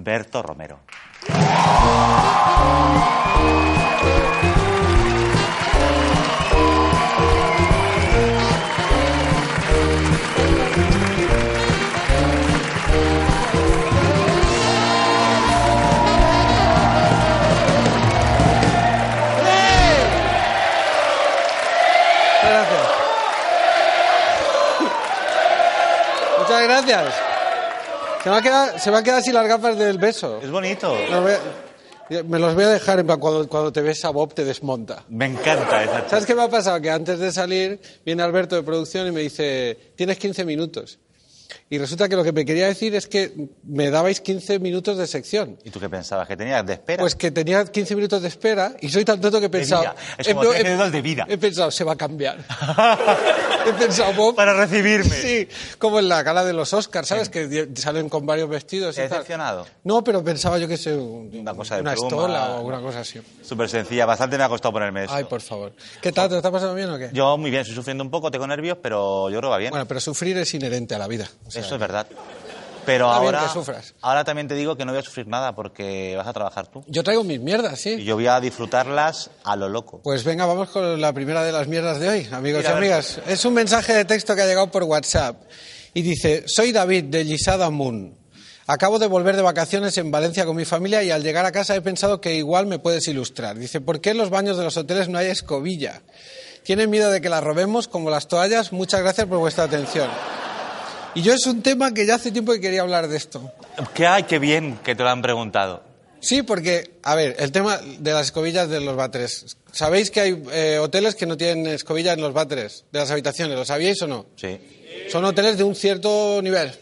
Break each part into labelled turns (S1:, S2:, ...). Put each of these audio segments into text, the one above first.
S1: Humberto Romero.
S2: Muchas gracias. Muchas gracias. Se me, ha quedado, se me han quedado así las gafas del beso.
S1: Es bonito.
S2: Los voy a- me los voy a dejar en plan cuando, cuando te ves a Bob te desmonta.
S1: Me encanta esa
S2: ¿Sabes qué me ha pasado? Que antes de salir viene Alberto de producción y me dice, tienes 15 minutos. Y resulta que lo que me quería decir es que me dabais 15 minutos de sección.
S1: ¿Y tú qué pensabas que tenías de espera?
S2: Pues que tenía 15 minutos de espera y soy tan tonto que he pensado...
S1: vida. Es como
S2: pe-
S1: 13 dedos de vida.
S2: He pensado, se va a cambiar. he pensado, Bob...
S1: Para recibirme.
S2: Sí, como en la gala de los Oscars, ¿sabes? Que di- salen con varios vestidos y tal.
S1: Decepcionado.
S2: No, pero pensaba yo que sé, un-
S1: Una cosa de
S2: una
S1: pluma.
S2: estola o una cosa así.
S1: Súper sencilla, bastante me ha costado ponerme eso.
S2: Ay, por favor. ¿Qué tal? ¿Te lo está pasando bien o qué?
S1: Yo muy bien, estoy sufriendo un poco, tengo nervios, pero yo creo que va bien.
S2: Bueno, pero sufrir es inherente a la vida. O sea,
S1: Eso es verdad. Pero
S2: Está bien
S1: ahora,
S2: que sufras.
S1: ahora también te digo que no voy a sufrir nada porque vas a trabajar tú.
S2: Yo traigo mis mierdas,
S1: Y
S2: sí.
S1: yo voy a disfrutarlas a lo loco.
S2: Pues venga, vamos con la primera de las mierdas de hoy,
S1: Mira,
S2: amigos y
S1: a ver.
S2: amigas. Es un mensaje de texto que ha llegado por WhatsApp y dice, soy David de Lisada Moon. Acabo de volver de vacaciones en Valencia con mi familia y al llegar a casa he pensado que igual me puedes ilustrar. Dice, ¿por qué en los baños de los hoteles no hay escobilla? ¿Tienen miedo de que la robemos como las toallas? Muchas gracias por vuestra atención. Y yo es un tema que ya hace tiempo que quería hablar de esto.
S1: ¡Qué ay, qué bien que te lo han preguntado!
S2: Sí, porque, a ver, el tema de las escobillas de los váteres. ¿Sabéis que hay eh, hoteles que no tienen escobillas en los váteres de las habitaciones? ¿Lo sabíais o no?
S1: Sí.
S2: Son hoteles de un cierto nivel.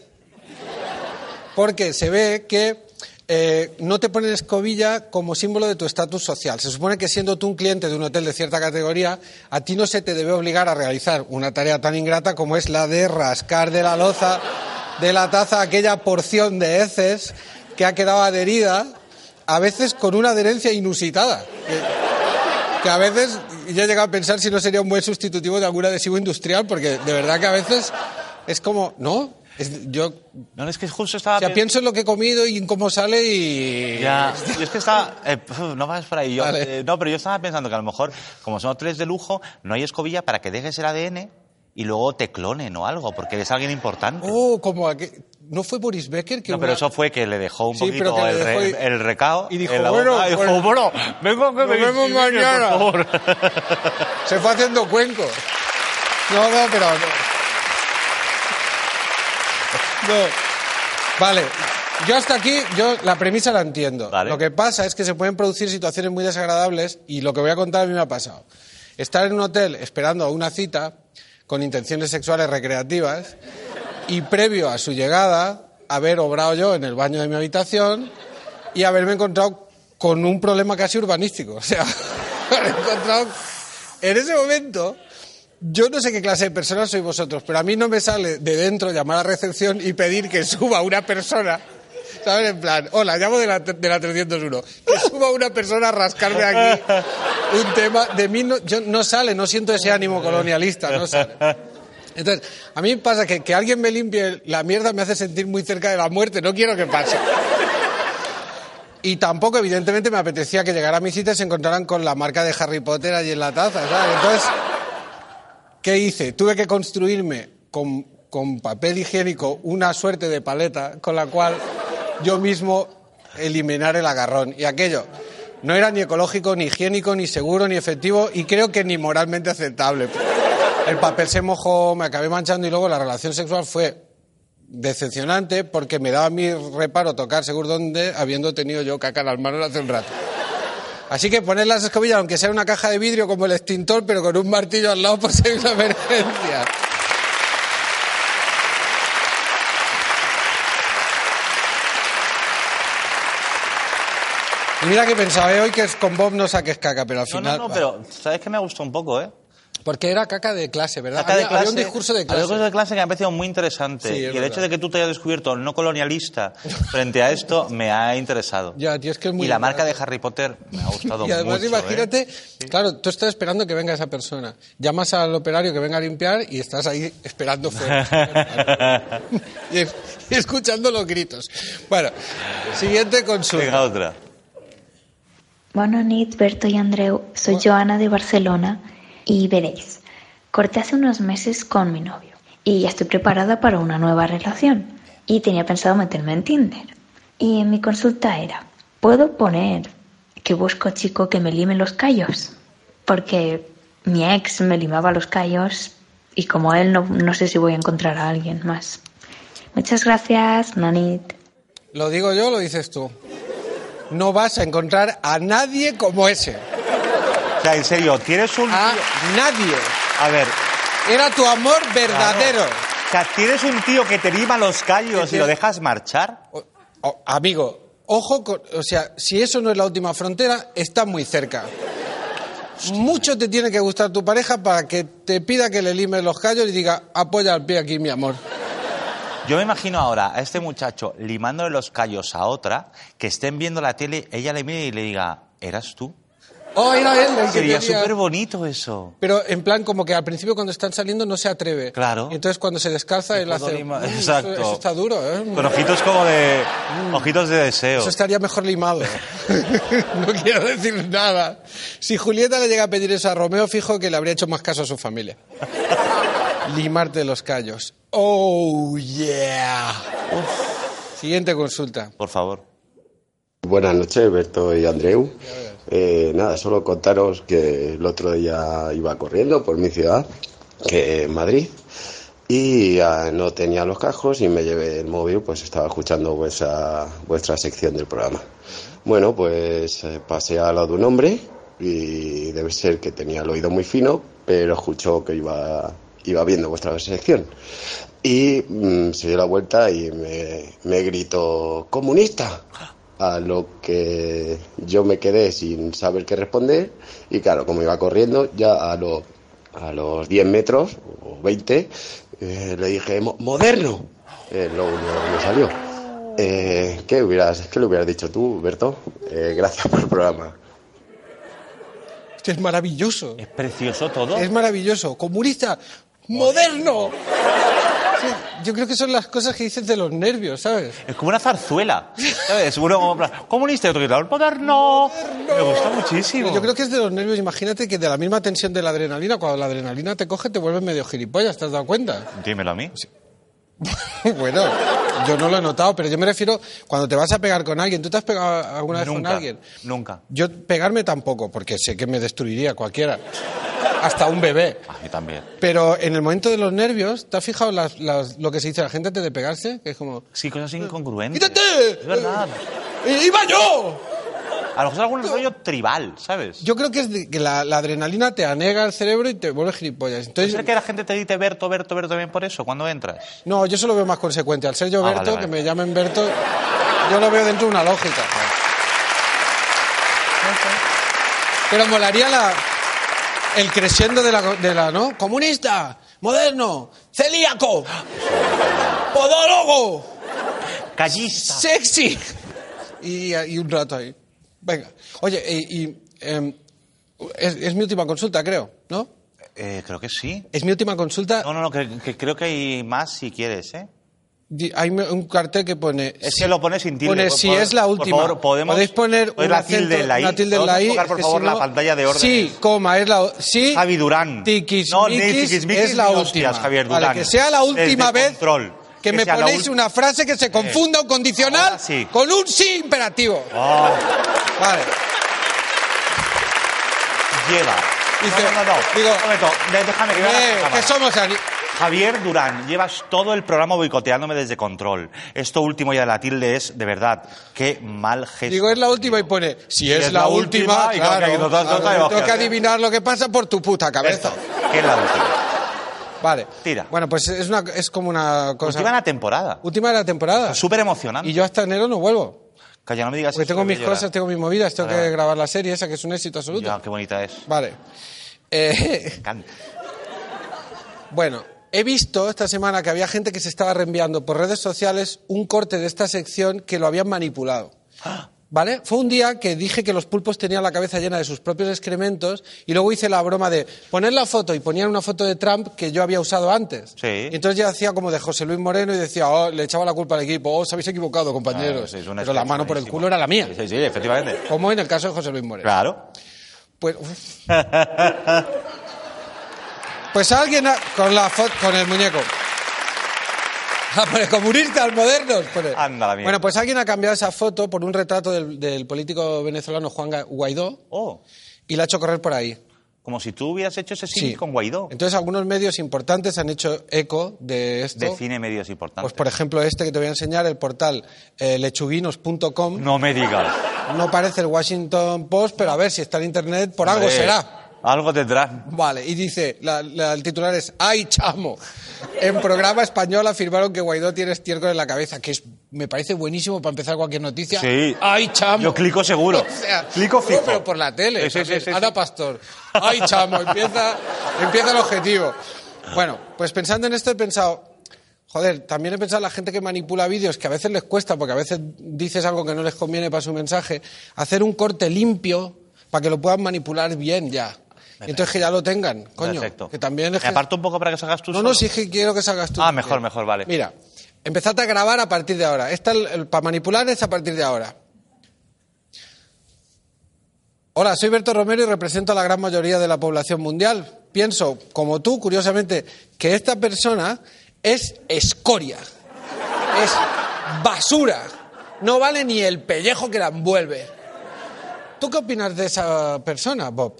S2: Porque se ve que eh, no te ponen escobilla como símbolo de tu estatus social. Se supone que siendo tú un cliente de un hotel de cierta categoría, a ti no se te debe obligar a realizar una tarea tan ingrata como es la de rascar de la loza, de la taza, aquella porción de heces que ha quedado adherida, a veces con una adherencia inusitada. Que- que a veces yo he llegado a pensar si no sería un buen sustitutivo de algún adhesivo industrial, porque de verdad que a veces es como, no, es- yo
S1: No, es que justo estaba...
S2: o sea,
S1: pen-
S2: pienso en lo que he comido y en cómo sale y...
S1: Ya, yo es que estaba... eh, pf, no vas por ahí. Yo,
S2: Vale.
S1: eh, no, pero yo estaba pensando que a lo mejor, como son hoteles de lujo, no hay escobilla para que dejes el ADN y luego te clonen o algo, porque eres alguien importante.
S2: Oh, como aquel... ¿No fue Boris Becker que
S1: No, pero
S2: una-
S1: eso fue que le dejó un
S2: Sí,
S1: poquito
S2: pero que
S1: el,
S2: le
S1: re-
S2: dejó y-
S1: el recao.
S2: y dijo,
S1: en la
S2: bueno,
S1: boca, y dijo,
S2: bueno,
S1: bueno, vengo que
S2: nos
S1: me
S2: vemos
S1: intimiden,
S2: mañana".
S1: por favor.
S2: Se fue haciendo cuenco. No, no, pero... No. No. Vale. Yo hasta aquí, yo la premisa la entiendo.
S1: Vale.
S2: Lo que pasa es que se pueden producir situaciones muy desagradables y lo que voy a contar a mí me ha pasado. Estar en un hotel esperando a una cita con intenciones sexuales recreativas y previo a su llegada haber obrado yo en el baño de mi habitación y haberme encontrado con un problema casi urbanístico. O sea, haber encontrado... En ese momento, yo no sé qué clase de personas sois vosotros, pero a mí no me sale de dentro llamar a recepción y pedir que suba una persona. ¿Sabes? En plan, hola, llamo de la, de la 301. Que suba una persona a rascarme aquí un tema. De mí no, yo, no sale, no siento ese ánimo colonialista, no sale. Entonces, a mí me pasa que que alguien me limpie la mierda me hace sentir muy cerca de la muerte, no quiero que pase. Y tampoco, evidentemente, me apetecía que llegara a mi cita y se encontraran con la marca de Harry Potter allí en la taza, ¿sabes? Entonces, ¿qué hice? Tuve que construirme con, con papel higiénico una suerte de paleta con la cual yo mismo eliminar el agarrón. Y aquello no era ni ecológico, ni higiénico, ni seguro, ni efectivo y creo que ni moralmente aceptable. El papel se mojó, me acabé manchando y luego la relación sexual fue decepcionante porque me daba mi reparo tocar seguro donde habiendo tenido yo caca en las manos hace un rato. Así que poner las escobillas, aunque sea en una caja de vidrio como el extintor, pero con un martillo al lado por si hay una emergencia. Y mira que pensaba eh, hoy que es con Bob no saques caca, pero al
S1: No,
S2: final...
S1: no, no, pero ¿sabes que me gustó un poco, eh?
S2: Porque era caca de clase, ¿verdad?
S1: Caca de
S2: había, había
S1: clase,
S2: un discurso de
S1: había
S2: clase.
S1: un discurso de clase que me ha parecido muy interesante.
S2: Sí, es
S1: y el
S2: verdad.
S1: hecho de que tú te hayas descubierto no colonialista frente a esto me ha interesado.
S2: Ya, tío, es que es muy
S1: y la
S2: importante.
S1: marca de Harry Potter me ha gustado
S2: Y además
S1: mucho. ¿eh?
S2: imagínate, claro, tú estás esperando que venga esa persona. Llamas al operario que venga a limpiar y estás ahí esperando fuera. y, es- y escuchando los gritos. Bueno, siguiente
S1: Venga,
S2: consulta.
S1: otra.
S3: Bona nit, Berto y Andreu. Soy Joana de Barcelona y veréis. Corté hace unos meses con mi novio y ya estoy preparada para una nueva relación y tenía pensado meterme en Tinder. Y mi consulta era, ¿puedo poner que busco chico que me lime los callos? Porque mi ex me limaba los callos y como él no, no sé si voy a encontrar a alguien más. Muchas gracias, Nanit.
S2: ¿Lo digo yo o lo dices tú? No vas a encontrar a nadie como ese.
S1: O sea, en serio, tienes un...
S2: A
S1: tío-
S2: nadie.
S1: A ver,
S2: Era tu amor
S1: claro.
S2: verdadero.
S1: O sea, tienes un tío que te lima los callos
S2: Sí,
S1: y lo
S2: sí.
S1: dejas marchar.
S2: O- o- amigo, ojo, con- o sea, si eso no es la última frontera, está muy cerca. Mucho te tiene que gustar tu pareja para que te pida que le limes los callos y diga, apoya al pie aquí, mi amor.
S1: Yo me imagino ahora a este muchacho limándole los callos a otra, que estén viendo la tele, ella le mire y le diga, ¿eras tú?
S2: Oh, era él el que
S1: Sería
S2: tenía.
S1: súper bonito eso.
S2: Pero en plan, como que al principio cuando están saliendo no se atreve.
S1: Claro.
S2: Entonces cuando se descalza, él
S1: Puedo
S2: hace.
S1: lima-
S2: "Mm, eso-
S1: Exacto.
S2: Eso, está duro, ¿eh?
S1: Con ojitos como de. Ojitos de deseo.
S2: Eso estaría mejor limado. no quiero decir nada. Si Julieta le llega a pedir eso a Romeo, fijo que le habría hecho más caso a su familia. Limarte los callos. Oh, yeah. Siguiente consulta.
S1: Por favor.
S4: Buenas noches, Berto y Andreu. Eh, nada, solo contaros que el otro día iba corriendo por mi ciudad, que es Madrid, y ah, no tenía los cascos y me llevé el móvil, pues estaba escuchando vuestra, vuestra sección del programa. Bueno, pues eh, pasé al lado de un hombre y debe ser que tenía el oído muy fino, pero escuchó que iba, iba viendo vuestra sección. Y mm, se dio la vuelta y me, me gritó comunista. A lo que yo me quedé sin saber qué responder. Y claro, como iba corriendo, ya a, lo- a los 10 metros o 20, eh, le dije "Mo- moderno. Eh, lo único que me salió. Eh, ¿qué, hubieras, ¿Qué le hubieras dicho tú, Berto? Eh, gracias por el programa.
S2: Este es maravilloso.
S1: Es precioso todo.
S2: Es maravilloso. Comunista. Moderno. Sí, yo creo que son las cosas que dices de los nervios, ¿sabes?
S1: Es como una zarzuela. ¿Sabes? Uno como. en plan, Comunista y otro que tal. Moderno. Me gusta muchísimo.
S2: Yo creo que es de los nervios. Imagínate que de la misma tensión de la adrenalina, cuando la adrenalina te coge, te vuelves medio gilipollas. ¿Te has dado cuenta?
S1: Dímelo a mí.
S2: bueno, yo no lo he notado, pero yo me refiero cuando te vas a pegar con alguien. ¿Tú te has pegado alguna vez
S1: nunca.
S2: con alguien?
S1: Nunca.
S2: Yo pegarme tampoco, porque sé que me destruiría cualquiera, hasta un bebé.
S1: A mí Ah, también.
S2: Pero en el momento de los nervios, ¿te has fijado las- las- lo que se dice a la gente antes de pegarse? Que es como...
S1: Sí, cosas incongruentes.
S2: ¡Quítate!
S1: Es verdad.
S2: "Eh, ¡Iba yo!
S1: A lo mejor algún rollo tribal, ¿sabes?
S2: Yo creo que es de- que la, la adrenalina te anega el cerebro y te vuelve gilipollas.
S1: ¿Puede
S2: Entonces,
S1: ser que la gente te dice Berto, Berto, Berto también por eso cuando entras?
S2: No, yo solo veo más consecuente. Al ser yo
S1: Ah,
S2: Berto,
S1: vale, vale.
S2: que me llamen Berto, yo lo veo dentro de una lógica. Pero molaría la, el crescendo de la, de la, ¿no? Comunista, moderno, celíaco, podólogo,
S1: Callista.
S2: sexy. Y, y un rato ahí. Venga. Oye, y, y, em, es, es mi última consulta, creo, ¿no?
S1: Eh, creo que sí.
S2: Es mi última consulta.
S1: No, no, no, que, que creo que hay más si quieres, ¿eh?
S2: Di- Hay me- un cartel que pone.
S1: Es
S2: si-
S1: que lo pones sin tilde.
S2: Pone,
S1: por
S2: si
S1: favor.
S2: es la última.
S1: Por favor, podemos.
S2: Podéis poner
S1: ¿Podéis
S2: un
S1: la tilde en la I.
S2: una tilde en
S1: ¿Podemos
S2: la I,
S1: tocar, por
S2: que
S1: favor,
S2: si
S1: la
S2: no-
S1: pantalla de orden.
S2: Sí, coma, es la. Sí.
S1: Javi Durán. No, ni
S2: Tiquismiquis
S1: tiquismiquis
S2: es la
S1: ni
S2: última.
S1: hostias, Javier
S2: Vale,
S1: Durán.
S2: que sea la
S1: Desde
S2: última vez
S1: Control.
S2: que,
S1: Que
S2: me
S1: sea la
S2: ponéis
S1: ul- Eh,
S2: una frase que se confunda un condicional
S1: Ahora sí.
S2: con un sí imperativo.
S1: Oh,
S2: Vale.
S1: lleva.
S2: Dice,
S1: no, no, no. no.
S2: digo,
S1: Un momento, de- déjame que vea la
S2: Eh,
S1: cámara.
S2: que somos. ani-
S1: Javier Durán, llevas todo el programa boicoteándome desde control. Esto último ya de la tilde es, de verdad, qué mal gesto.
S2: Digo, es la última y pone, si es, la, última,
S1: y
S2: claro,
S1: creo que total,
S2: claro,
S1: total,
S2: tengo que
S1: ojeas.
S2: adivinar lo que pasa por tu puta cabeza.
S1: Esto, que es la última.
S2: Vale.
S1: Tira.
S2: Bueno, pues es, una, es como una cosa.
S1: Última Pues en Pues la temporada.
S2: Última de la temporada.
S1: Súper emocionante.
S2: Y yo hasta enero no vuelvo.
S1: Calla, no me digas
S2: Porque
S1: eso,
S2: tengo
S1: que voy
S2: mis
S1: a llorar.
S2: cosas, tengo mis movidas, tengo
S1: Ahora.
S2: que grabar la serie esa que es un éxito absoluto.
S1: Ya, qué bonita es.
S2: Vale. Eh,
S1: Me encanta.
S2: Bueno, he visto esta semana que había gente que se estaba reenviando por redes sociales un corte de esta sección que lo habían manipulado. ¿Vale? Fue un día que dije que los pulpos tenían la cabeza llena de sus propios excrementos y luego hice la broma de poner la foto y ponían una foto de Trump que yo había usado antes.
S1: Sí.
S2: Y entonces yo hacía como de José Luis Moreno y decía, oh, le echaba la culpa al equipo, oh, os habéis equivocado, compañeros.
S1: Ah, es una
S2: Pero la mano por el
S1: buenísima.
S2: culo era la mía.
S1: Sí, sí, sí, efectivamente.
S2: Como en el caso de José Luis Moreno.
S1: Claro.
S2: Pues, uf. Pues alguien ha- con la fo- con el muñeco. Ah, pone comunistas modernos. pone.
S1: Anda la mierda.
S2: bueno, pues alguien ha cambiado esa foto por un retrato del, del político venezolano Juan Ga- Guaidó
S1: Oh,
S2: y la ha hecho correr por ahí.
S1: como si tú hubieras hecho ese símil con Guaidó.
S2: Entonces algunos medios importantes han hecho eco de esto.
S1: Define medios importantes.
S2: pues por ejemplo este que te voy a enseñar, el portal eh, lechuguinos.com.
S1: No me digas.
S2: No parece el Washington Post, pero a ver si está en internet, por algo
S1: Hombre,
S2: será.
S1: Algo tendrá.
S2: Vale, y dice, la- la- el titular es, ¡ay, chamo! En programa español afirmaron que Guaidó tiene estiércol en la cabeza, que es, me parece buenísimo para empezar cualquier noticia.
S1: Sí.
S2: ¡Ay, chamo!
S1: Yo clico seguro.
S2: O sea,
S1: Clico
S2: no,
S1: fijo.
S2: pero por la
S1: Sí,
S2: tele.
S1: sí,
S2: también.
S1: sí, sí,
S2: Ana
S1: sí.
S2: Pastor. ¡Ay, chamo! Empieza, empieza el objetivo. Bueno, pues pensando en esto he pensado... Joder, también he pensado en la gente que manipula vídeos, que a veces les cuesta, porque a veces dices algo que no les conviene para su mensaje, hacer un corte limpio para que lo puedan manipular bien ya. Y entonces que ya lo tengan, coño.
S1: Perfecto.
S2: Que también es
S1: Me
S2: que-
S1: aparto un poco para que salgas tú
S2: No,
S1: solo.
S2: no, sí que quiero que salgas tú.
S1: Ah, mejor, mejor, vale.
S2: Mira, empezad a grabar a partir de ahora. Esta, el- el- para manipular es a partir de ahora. Hola, soy Berto Romero y represento a la gran mayoría de la población mundial. Pienso, como tú, curiosamente, que esta persona es escoria, es basura, no vale ni el pellejo que la envuelve. ¿Tú qué opinas de esa persona, Bob?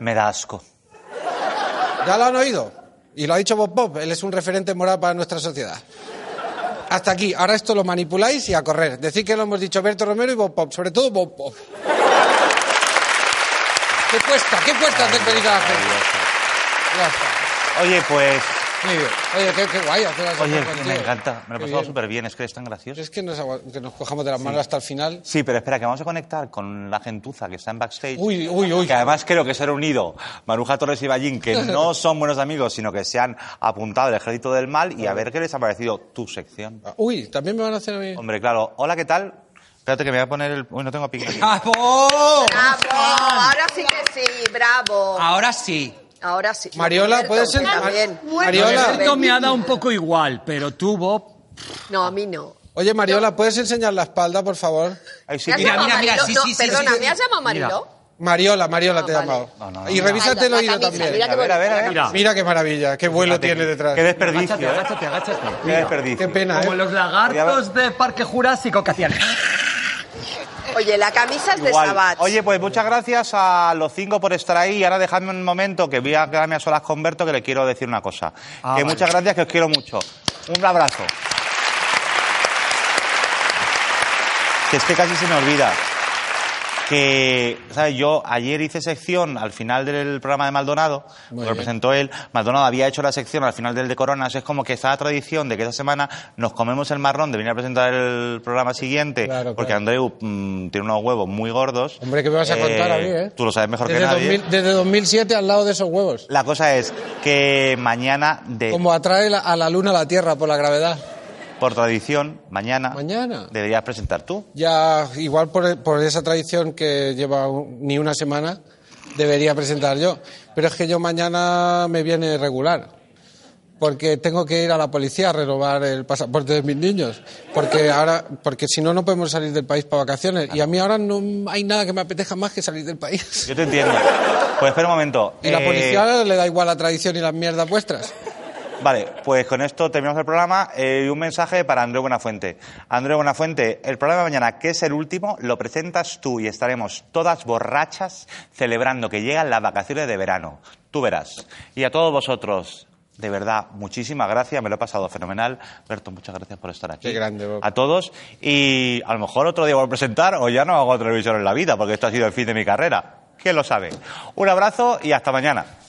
S1: Me da asco.
S2: Ya lo han oído. Y lo ha dicho Bob Bob. Él es un referente moral para nuestra sociedad. Hasta aquí. Ahora esto lo manipuláis y a correr. Decid que lo hemos dicho Berto Romero y Bob Bob. Sobre todo Bob Bob. ¿Qué cuesta? ¿Qué cuesta hacer feliz a la gente? Ya está.
S1: Oye, pues.
S2: Muy bien. Oye, qué, qué guay hacer las
S1: Oye,
S2: cosas contigo.
S1: me encanta. Me lo he
S2: Qué
S1: pasado
S2: bien.
S1: súper bien. Es que eres tan gracioso.
S2: Es que nos, agua- que nos cojamos de las manos hasta el final.
S1: Sí, pero espera, que vamos a conectar con la gentuza que está en backstage.
S2: Uy, uy, uy.
S1: Que además creo que se han unido Maruja Torres y Ballín, que no son buenos amigos, sino que se han apuntado al ejército del mal y a ver qué les ha parecido tu sección.
S2: Uy, también me van a hacer a mí.
S1: Hombre, claro. Hola, ¿qué tal? Espérate que me voy a poner el... Uy, no tengo pico.
S2: Ah.
S5: ¡Bravo!
S6: Bravo, ahora sí que sí, bravo.
S5: Ahora sí.
S6: Ahora sí.
S2: Mariola,
S6: Roberto,
S2: ¿puedes ser-
S6: usted
S2: Mar-
S6: también.
S2: Mariola.
S5: Roberto me ha dado un poco igual, pero tú, Bob.
S6: No, a mí no.
S2: Oye, Mariola, ¿puedes enseñar la espalda, por favor?
S1: Ahí sí
S6: ¿Me has
S1: que-
S5: Mira,
S6: llamado
S5: mira, mira,
S6: Mariló?
S5: sí,
S6: No,
S5: sí, sí,
S6: Perdona,
S5: sí.
S6: ¿me has llamado Mariló?
S2: Mariola, Mariola
S6: No,
S2: te he
S6: Ah, vale.
S2: llamado.
S1: No, no, no.
S2: y revísate el
S6: Ay, la-
S2: oído
S6: la camisa,
S2: también.
S6: mira
S1: A ver, a ver, a ver.
S5: Mira,
S2: Mira qué maravilla, qué vuelo
S1: Ah. Fíjate,
S2: tiene detrás.
S1: Qué desperdicio,
S5: agáchate,
S1: ¿eh?
S5: agáchate, agáchate.
S1: Qué desperdicio.
S2: Qué pena,
S5: Como
S2: ¿eh?
S5: los lagartos de Parque Jurásico que hacían.
S6: Oye, la camisa es de
S1: Igual.
S6: Sabat.
S1: Oye, pues muchas gracias a los cinco por estar ahí. Y ahora dejadme un momento que voy a quedarme a solas con Berto, que le quiero decir una cosa.
S5: Ah,
S1: que
S5: vale.
S1: muchas gracias, que os quiero mucho. Un abrazo. Que es que casi se me olvida. Que, ¿sabes? Yo ayer hice sección al final del programa de Maldonado,
S2: Muy
S1: lo
S2: bien.
S1: presentó él. Maldonado había hecho la sección al final del de Coronas. Es como que está la tradición de que esa semana nos comemos el marrón de venir a presentar el programa siguiente,
S2: Claro,
S1: porque
S2: claro.
S1: Andreu mm, tiene unos huevos muy gordos.
S2: Hombre, ¿qué me vas a contar a mí, eh?
S1: Tú lo sabes mejor
S2: desde
S1: que nadie.
S2: 2000 desde 2007 al lado de esos huevos.
S1: La cosa es que mañana, de,
S2: Como atrae la- a la luna a la Tierra por la gravedad.
S1: por tradición, mañana,
S2: Mañana.
S1: deberías presentar tú.
S2: Ya, igual por, por esa tradición que lleva un- ni una semana, debería presentar yo. Pero es que yo mañana me viene regular. Porque tengo que ir a la policía a renovar el pasaporte de mis niños. Porque ahora, porque si no, no podemos salir del país para vacaciones. Y a mí ahora no hay nada que me apetezca más que salir del país.
S1: Yo te entiendo. Pues espera un momento.
S2: Y la
S1: Eh,
S2: policía le da igual la tradición y las mierdas vuestras.
S1: Vale, pues con esto terminamos el programa eh, y un mensaje para Andreu Buenafuente. Andreu Buenafuente, el programa de mañana, que es el último, lo presentas tú y estaremos todas borrachas celebrando que llegan las vacaciones de verano. Tú verás. Y a todos vosotros, de verdad, muchísimas gracias, me lo he pasado fenomenal. Berto, muchas gracias por estar aquí.
S2: Qué grande, Bob.
S1: A todos y a lo mejor otro día voy a presentar o ya no hago televisión en la vida porque esto ha sido el fin de mi carrera. ¿Quién lo sabe? Un abrazo y hasta mañana.